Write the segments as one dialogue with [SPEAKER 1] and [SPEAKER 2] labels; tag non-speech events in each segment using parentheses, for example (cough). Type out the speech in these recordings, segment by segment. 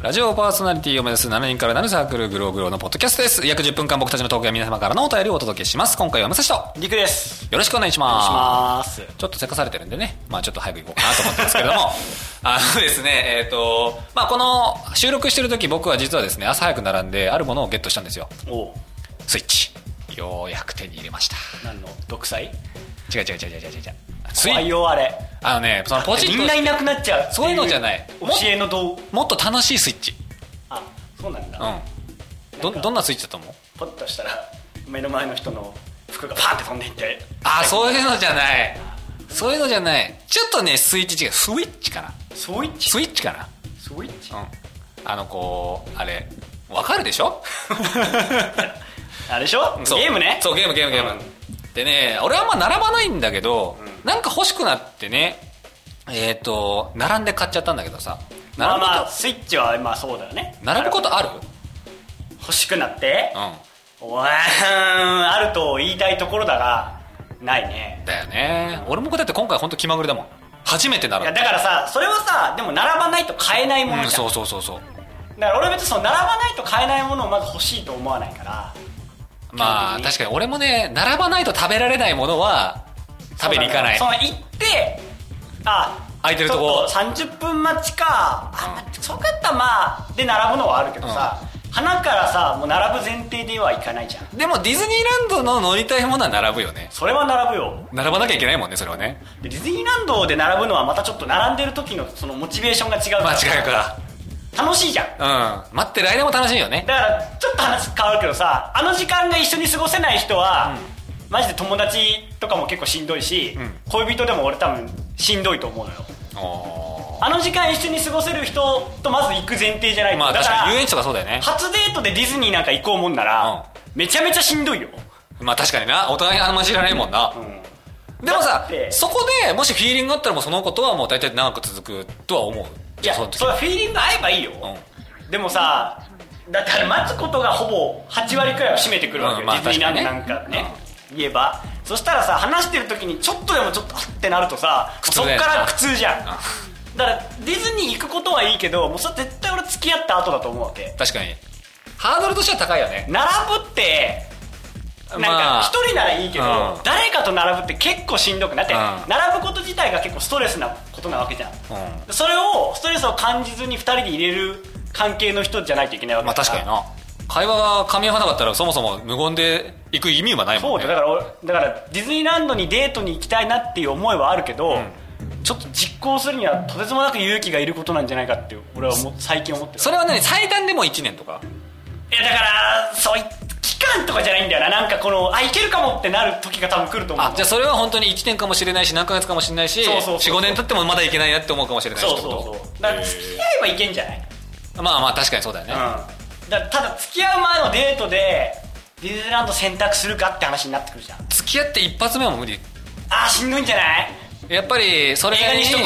[SPEAKER 1] ラジオパーソナリティを目指す7人からなるサークルグローグローのポッドキャストです。約10分間僕たちのトークや皆様からのお便りをお届けします。今回は武蔵と、
[SPEAKER 2] りくです
[SPEAKER 1] よろしくお願いします。
[SPEAKER 2] ます
[SPEAKER 1] ちょっとせかされてるんでね、まあちょっと早く行こうかなと思ってますけれ (laughs) ども、あのですね、えっ、と、まあこの収録してる時僕は実はですね、朝早く並んであるものをゲットしたんですよ。
[SPEAKER 2] おう
[SPEAKER 1] スイッチ。ようやく手に入れました。
[SPEAKER 2] 何の独裁
[SPEAKER 1] 違う違う違う違う違う違う。スイ
[SPEAKER 2] 怖い
[SPEAKER 1] ッチ。
[SPEAKER 2] よあれ
[SPEAKER 1] あのね、そのポチッと
[SPEAKER 2] みんないなくなっちゃう
[SPEAKER 1] そういうのじゃない
[SPEAKER 2] 教えの道
[SPEAKER 1] もっと楽しいスイッチ。
[SPEAKER 2] あそうなんだ、
[SPEAKER 1] うん。
[SPEAKER 2] なん
[SPEAKER 1] ど、
[SPEAKER 2] か
[SPEAKER 1] どんなスイッチだと思う
[SPEAKER 2] ポッとしたら目の前の人の服がパーって飛んでいって
[SPEAKER 1] あ、そういうのじゃない。そういうのじゃない。ちょっとね、スイッチ違う。スイッチかな
[SPEAKER 2] そういっち
[SPEAKER 1] スイッチかな
[SPEAKER 2] そういっち
[SPEAKER 1] うん。あの、こう、あれ、わかるでしょ
[SPEAKER 2] あれでしょ
[SPEAKER 1] そう
[SPEAKER 2] ゲームね
[SPEAKER 1] そうゲームゲームゲーム、でね俺はあんま並ばないんだけど、なんか欲しくなってねえっ、と並んで買っちゃったんだけどさ
[SPEAKER 2] まあ
[SPEAKER 1] 並ぶこと、
[SPEAKER 2] まあスイッチはまあそうだよね
[SPEAKER 1] 並ぶことある
[SPEAKER 2] 欲しくなって
[SPEAKER 1] う
[SPEAKER 2] おわーんあると言いたいところだがないね
[SPEAKER 1] んだよね俺もだって今回本当気まぐれだもん初めて並
[SPEAKER 2] い
[SPEAKER 1] ぶ
[SPEAKER 2] やだからさそれはさでも並ばないと買えないも
[SPEAKER 1] う
[SPEAKER 2] の
[SPEAKER 1] ん、
[SPEAKER 2] じゃん、
[SPEAKER 1] そうそうそうそう
[SPEAKER 2] だから俺は別にその並ばないと買えないものをまず欲しいと思わないから
[SPEAKER 1] まあ確かに俺もね並ばないと食べられないものは食べに行かない
[SPEAKER 2] そうだねその行ってあ
[SPEAKER 1] 空いてるとこ
[SPEAKER 2] ちょっ30分待ちかあ、まあ、そうかったらまあで並ぶのはあるけどさ、花からさもう並ぶ前提ではいかないじゃん
[SPEAKER 1] でもディズニーランドの乗りたいものは並ぶよね
[SPEAKER 2] それは並ぶよ
[SPEAKER 1] 並ばなきゃいけないもんねそれは
[SPEAKER 2] (laughs)
[SPEAKER 1] ね
[SPEAKER 2] でディズニーランドで並ぶのはまたちょっと並んでる時のそのモチベーションが違うから
[SPEAKER 1] 間違いか
[SPEAKER 2] 楽しいじゃん
[SPEAKER 1] らうん待ってる間も楽しいよね
[SPEAKER 2] だからちょっと話変わるけどさあの時間が一緒に過ごせない人は、マジで友達とかも結構しんどいし、
[SPEAKER 1] ん
[SPEAKER 2] 恋人でも俺多分しんどいと思うのよ
[SPEAKER 1] お
[SPEAKER 2] あの時間一緒に過ごせる人とまず行く前提じゃない
[SPEAKER 1] ー
[SPEAKER 2] と
[SPEAKER 1] まあ
[SPEAKER 2] だ
[SPEAKER 1] 確
[SPEAKER 2] か
[SPEAKER 1] からに遊園地とかそうだよね
[SPEAKER 2] 初デートでディズニーなんか行こうもんなら、めちゃめちゃしんどいよ、
[SPEAKER 1] まあ確かになお互いあんま知らないもんな、でも
[SPEAKER 2] だ
[SPEAKER 1] さ
[SPEAKER 2] って
[SPEAKER 1] そこでもしフィーリングがあったらもうそのことはもう大体長く続くとは思う
[SPEAKER 2] いや
[SPEAKER 1] そ
[SPEAKER 2] そ
[SPEAKER 1] の時
[SPEAKER 2] れはフィーリング合えばいいよ、でもさだから待つことがほぼ8割くらいは占めてくるわけよ、
[SPEAKER 1] うんまあ
[SPEAKER 2] ディズニーランドなん
[SPEAKER 1] 確
[SPEAKER 2] かね、言えばそしたらさ話してる時にちょっとでもちょっとあってなるとさ
[SPEAKER 1] 苦痛
[SPEAKER 2] そっ
[SPEAKER 1] だ
[SPEAKER 2] か
[SPEAKER 1] よな
[SPEAKER 2] ら苦痛じゃんだからディズニー行くことはいいけどもうそれ絶対俺付き合った後だと思うわけ
[SPEAKER 1] 確かにハードルとしては高いよね
[SPEAKER 2] 並ぶってなんか一人ならいいけど、
[SPEAKER 1] うん
[SPEAKER 2] 誰かと並ぶって結構しんどくなって、
[SPEAKER 1] うん
[SPEAKER 2] 並ぶこと自体が結構ストレスなことなわけじゃん、
[SPEAKER 1] う
[SPEAKER 2] それをストレスを感じずに2人で入れる関係の人じゃないといけないわけ
[SPEAKER 1] まあ確かにな会話が噛み合わなかったらそもそも無言で行く意味はない
[SPEAKER 2] そ
[SPEAKER 1] も
[SPEAKER 2] うんだ
[SPEAKER 1] ね
[SPEAKER 2] だから俺だからディズニーランドにデートに行きたいなっていう思いはあるけど、ちょっと実行するにはとてつもなく勇気がいることなんじゃないかって俺はもう最近思ってる
[SPEAKER 1] それはね最短でも1年とか
[SPEAKER 2] いやだからそうい期間とかじゃないんだよななんかこのあいけるかもってなる時が多分来ると思う
[SPEAKER 1] あじゃあそれは本当に1年かもしれないし何ヶ月かもしれないし
[SPEAKER 2] そうそうそう
[SPEAKER 1] 45年経ってもまだいけないなって思うかもしれないし
[SPEAKER 2] そう
[SPEAKER 1] ってこと
[SPEAKER 2] そうそうだから付き合えばいけんじゃない、
[SPEAKER 1] まあまあ確かにそうだよね、
[SPEAKER 2] うん、だからただ付き合う前のデートでディズニーランド選択するかって話になってくるじゃん
[SPEAKER 1] 付き合って一発目は無理
[SPEAKER 2] あーしんどいんじゃない
[SPEAKER 1] やっぱりそれなり
[SPEAKER 2] 映画にしとこ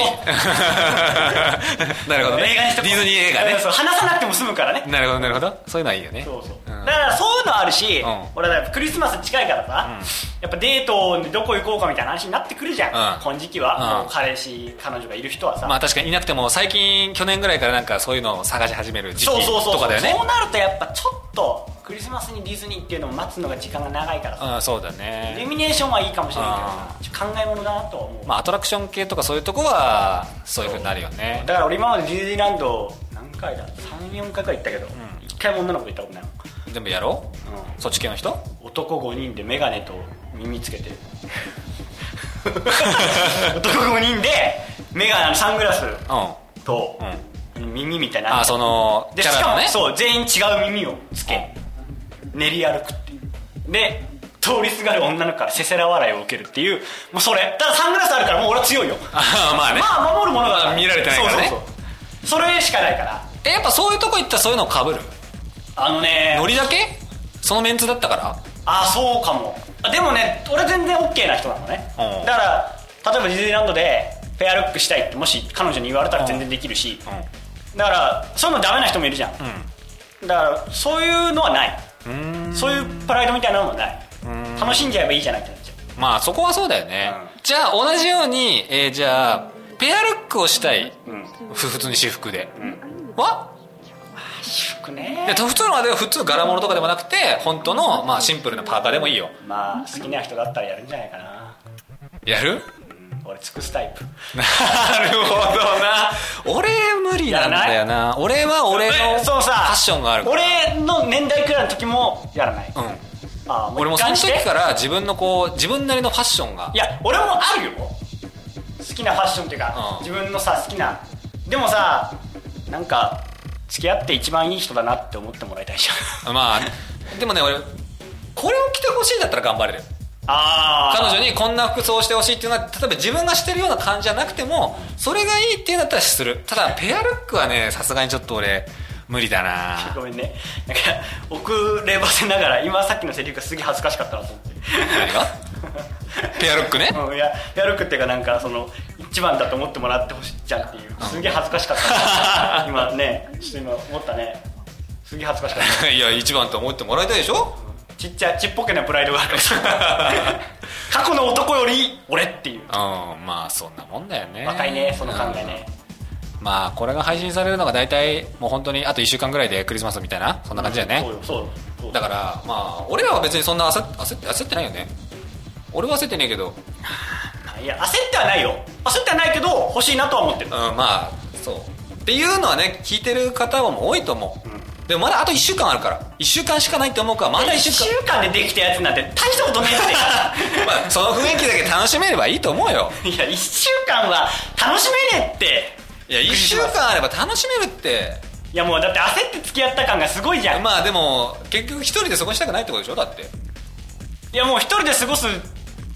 [SPEAKER 1] (laughs) なるほどね
[SPEAKER 2] 映画にしとこ
[SPEAKER 1] デ
[SPEAKER 2] う
[SPEAKER 1] ィズニー映画ね
[SPEAKER 2] うんそう話さなくても済むからね
[SPEAKER 1] なるほどなるほどそういうのはいいよね
[SPEAKER 2] そうそう、
[SPEAKER 1] ん
[SPEAKER 2] だからそういうのあるし、
[SPEAKER 1] ん
[SPEAKER 2] 俺だからクリスマス近いからさ、やっぱデートでどこ行こうかみたいな話になってくるじゃん、
[SPEAKER 1] うん
[SPEAKER 2] この時期
[SPEAKER 1] う
[SPEAKER 2] は、
[SPEAKER 1] ん
[SPEAKER 2] もう彼氏彼女がいる人はさ、
[SPEAKER 1] まあ確かにいなくても最近去年ぐらいからなんかそういうのを探し始める時期
[SPEAKER 2] そうそうそう
[SPEAKER 1] とかだよね
[SPEAKER 2] そうなるとやっぱちょっとクリスマスにディズニーっていうのも待つのが時間が長いからさ、
[SPEAKER 1] うんそうだ
[SPEAKER 2] イル
[SPEAKER 1] ね
[SPEAKER 2] ミネーションはいいかもしれないけどさちょっと考え物だなとは思う、
[SPEAKER 1] まあアトラクション系とかそういうとこはそういうふうになるよね
[SPEAKER 2] だから俺今までディズニーランド何回だ34回くらい行ったけど、1回も女の子行ったことないも
[SPEAKER 1] 全部やろ
[SPEAKER 2] ん、
[SPEAKER 1] うそっち系の人
[SPEAKER 2] 男5人で眼鏡と耳つけ
[SPEAKER 1] (laughs)
[SPEAKER 2] て男5人で眼鏡あのサングラス
[SPEAKER 1] うん
[SPEAKER 2] と耳みたいな
[SPEAKER 1] あその
[SPEAKER 2] で
[SPEAKER 1] キ
[SPEAKER 2] し
[SPEAKER 1] ャ
[SPEAKER 2] か
[SPEAKER 1] ラの
[SPEAKER 2] も、
[SPEAKER 1] ね
[SPEAKER 2] そう全員違う耳をつけ練り歩くっていうで通りすがる女の子からせせら笑いを受けるっていうもうそれただサングラスあるからもう俺は強いよ
[SPEAKER 1] (laughs) あまあね
[SPEAKER 2] まあ守るものが
[SPEAKER 1] まあ見られてないからね
[SPEAKER 2] そうそうそうそれしかないから
[SPEAKER 1] えやっぱそういうとこ行ったらそういうのかぶる
[SPEAKER 2] あのね
[SPEAKER 1] ノリだけそのメンツだったから
[SPEAKER 2] あそうかもあでもね俺全然 OK な人なのね
[SPEAKER 1] うん
[SPEAKER 2] だから例えばディズニーランドでフェアルックしたいってもし彼女に言われたら全然できるしだからそういうのダメな人もいるじゃん、だからそういうのはないそういうプライドみたいなのはない楽しんじゃえばいいじゃないってなっちゃう
[SPEAKER 1] まあそこはそうだよね、じゃあ同じように、えーじゃあペアルックをしたい、ふ普通に私服で、は
[SPEAKER 2] 服ね
[SPEAKER 1] で普通のあれは普通柄物とかでもなくて本当のまあシンプルなパーカーでもいいよ
[SPEAKER 2] まあ好きな人だったらやるんじゃないかな、
[SPEAKER 1] やる
[SPEAKER 2] うん、俺尽くすタイプ
[SPEAKER 1] (laughs) なるほどな俺無理なんだよな俺は俺の
[SPEAKER 2] え
[SPEAKER 1] フ
[SPEAKER 2] そうさ
[SPEAKER 1] ァッションがあるから
[SPEAKER 2] 俺の年代くらいの時もやらない、
[SPEAKER 1] うん
[SPEAKER 2] ああ
[SPEAKER 1] 俺もその
[SPEAKER 2] 一貫し
[SPEAKER 1] 時
[SPEAKER 2] て
[SPEAKER 1] から自分のこう自分なりのファッションが
[SPEAKER 2] いや俺もあるよ好きなファッションっていうか、
[SPEAKER 1] うん
[SPEAKER 2] 自分のさ好きなでもさなんか付き合って一番いい人だなって思ってもらいたいじゃん
[SPEAKER 1] まあでもね俺これを着てほしいんだったら頑張れる
[SPEAKER 2] ああ
[SPEAKER 1] 彼女にこんな服装してほしいっていうのは例えば自分がしてるような感じじゃなくてもそれがいいっていうんだったらするただペアルックはねさすがにちょっと俺無理だな
[SPEAKER 2] ごめんねなんか遅ればせながら今さっきのセリフがすげえ恥ずかしかったなと思って
[SPEAKER 1] 何がペアルックね (laughs)
[SPEAKER 2] うんいややるくっていうかなんかその一番だと思ってもらってほしいじゃんっていうすげえ恥ずかしかった今ねちょっと今思ったねすげえ恥ずかしかった
[SPEAKER 1] いや一番と思ってもらいたいでしょ
[SPEAKER 2] ちっちゃちっぽけなプライドがあるから
[SPEAKER 1] (laughs)
[SPEAKER 2] 過去の男より俺っていう
[SPEAKER 1] うんまあそんなもんだよね
[SPEAKER 2] 若いねその考えね
[SPEAKER 1] うんまあこれが配信されるのが大体もう本当にあと1週間ぐらいでクリスマスみたいなそんな感じだよね、
[SPEAKER 2] そうよそうよそうよ
[SPEAKER 1] だからまあ俺らは別にそんな焦っ焦って焦ってないよね俺は焦ってねえけど、
[SPEAKER 2] いや焦ってはないよ焦ってはないけど欲しいなとは思ってる
[SPEAKER 1] うん、まあそうっていうのはね聞いてる方も多いと思う、
[SPEAKER 2] ん
[SPEAKER 1] でもまだあと1週間あるから1週間しかないって思うからまだ1
[SPEAKER 2] 1
[SPEAKER 1] 週
[SPEAKER 2] 週
[SPEAKER 1] 間
[SPEAKER 2] 間でできたやつなんて大したことねえって
[SPEAKER 1] まあその雰囲気だけ楽しめればいいと思うよ
[SPEAKER 2] (laughs) いや1週間は楽しめねえって
[SPEAKER 1] いや1週間あれば楽しめるって
[SPEAKER 2] いやもうだって焦って付き合った感がすごいじゃん
[SPEAKER 1] まあでも結局一人で過ごしたくないってことでしょだって
[SPEAKER 2] いやもう一人で過ごす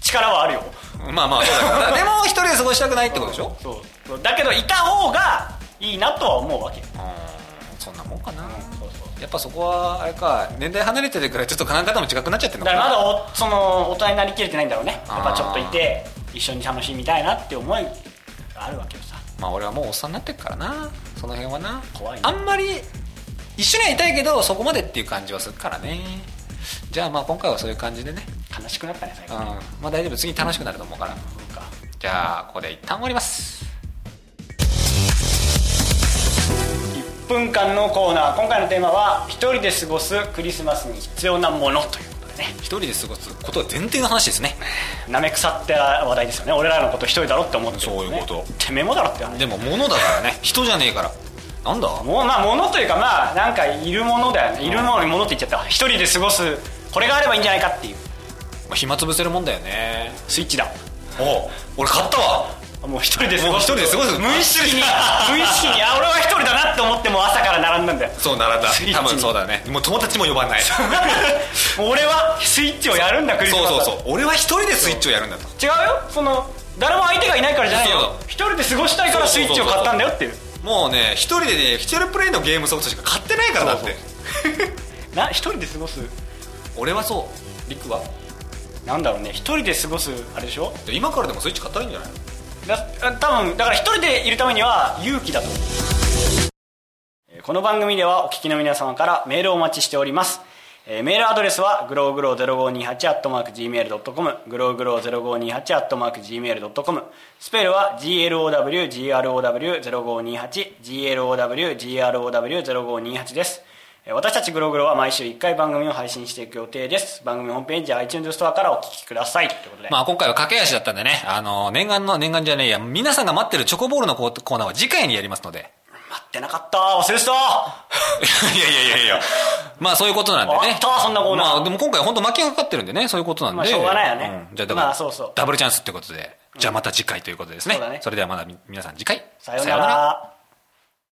[SPEAKER 2] 力はあるよ
[SPEAKER 1] まあまあそうだ (laughs) けどでも一人で過ごしたくないってことでしょ
[SPEAKER 2] そうそうだけどいた方がいいなとは思うわけよ
[SPEAKER 1] うーんそんなもんかな
[SPEAKER 2] そうそう
[SPEAKER 1] やっぱそこはあれか年代離れてるからちょっと考え方も違くなっちゃってるの
[SPEAKER 2] だか
[SPEAKER 1] からな
[SPEAKER 2] まだおその大人になりきれてないんだろうねやっぱ
[SPEAKER 1] あー
[SPEAKER 2] ちょっといて一緒に楽しみたいなって思いがあるわけよさ
[SPEAKER 1] まあ俺はもうおっさんになってるからなその辺はな
[SPEAKER 2] 怖いね
[SPEAKER 1] あんまり一緒にはいたいけどそこまでっていう感じはするからねじゃあまあ今回はそういう感じでね
[SPEAKER 2] 悲しくなったね最
[SPEAKER 1] うん
[SPEAKER 2] 後
[SPEAKER 1] まあ大丈夫次楽しくなると思うから
[SPEAKER 2] そうか
[SPEAKER 1] じゃあここで一旦終わります
[SPEAKER 2] 1分間のコーナー今回のテーマは「一人で過ごすクリスマスに必要なもの」ということでね
[SPEAKER 1] 一人で過ごすことは前提の話ですね
[SPEAKER 2] なめ腐った話題ですよね俺らのこと一人だろって思ってる、ね、
[SPEAKER 1] そういうこと
[SPEAKER 2] てめえもだろって話
[SPEAKER 1] でも物だからね人じゃねえからなんだ
[SPEAKER 2] もうまあ物というかまあなんかいるものだよねいるものに物って言っちゃったわ一人で過ごすこれがあればいいんじゃないかっていう
[SPEAKER 1] まあ暇つぶせるもんだよね
[SPEAKER 2] スイッチだ
[SPEAKER 1] おう俺買ったわ
[SPEAKER 2] もう一人で過ごす
[SPEAKER 1] もう一人で過ごす
[SPEAKER 2] 無意識に無意識にあ俺は一人だなって思ってもう朝から並んだんだ
[SPEAKER 1] (laughs)
[SPEAKER 2] よ
[SPEAKER 1] そう並んだ
[SPEAKER 2] スイッチ
[SPEAKER 1] 多分そうだねもう友達も呼ばないそ
[SPEAKER 2] もう俺はスイッチをやるんだクリスマ
[SPEAKER 1] う
[SPEAKER 2] スは
[SPEAKER 1] そうそう俺は一人でスイッチをやるんだと
[SPEAKER 2] 違うよその誰も相手がいないからじゃないよ
[SPEAKER 1] そう
[SPEAKER 2] 一人で過ごしたいからスイッチを買ったんだよっていう
[SPEAKER 1] もうね一人でね一人プレイのゲームソフトしか買ってないからだって
[SPEAKER 2] な一人で過ごす
[SPEAKER 1] 俺はそうリクは
[SPEAKER 2] なんだろうね一人で過ごすあれでしょ
[SPEAKER 1] 今からでもスイッチ買ったらいいんじゃない
[SPEAKER 2] だ多分だから一人でいるためには勇気だと思うえーこの番組ではお聞きの皆様からメールをお待ちしておりますえーメールアドレスはグローグロー0528 gmail.com グローグロー0528 gmail.com スペルは glowgrow0528 glowgrow0528 ですえー私たちグローグロは毎週1回番組を配信していく予定です番組ホームページ iTunes ストアからお聞きくださいということで、
[SPEAKER 1] まあ今回は駆け足だったんでね、あの、念願の、念願じゃねえや、皆さんが待ってるチョコボールのコーコーナーは次回にやりますので。 (laughs)
[SPEAKER 2] 待ってなかった忘れてた
[SPEAKER 1] いやいやいやいやまあそういうことなんで
[SPEAKER 2] あ
[SPEAKER 1] ね。
[SPEAKER 2] ったそんなコーナー
[SPEAKER 1] まあでも今回本当巻きがかかってるんでね、そういうことなんで。
[SPEAKER 2] まあしょうがないよね
[SPEAKER 1] うんじゃあだから、
[SPEAKER 2] まあそうそう
[SPEAKER 1] ダブルチャンスってことで、じゃあまた次回ということですね。
[SPEAKER 2] そうだね
[SPEAKER 1] れではまだ皆さん次回。
[SPEAKER 2] さようなら。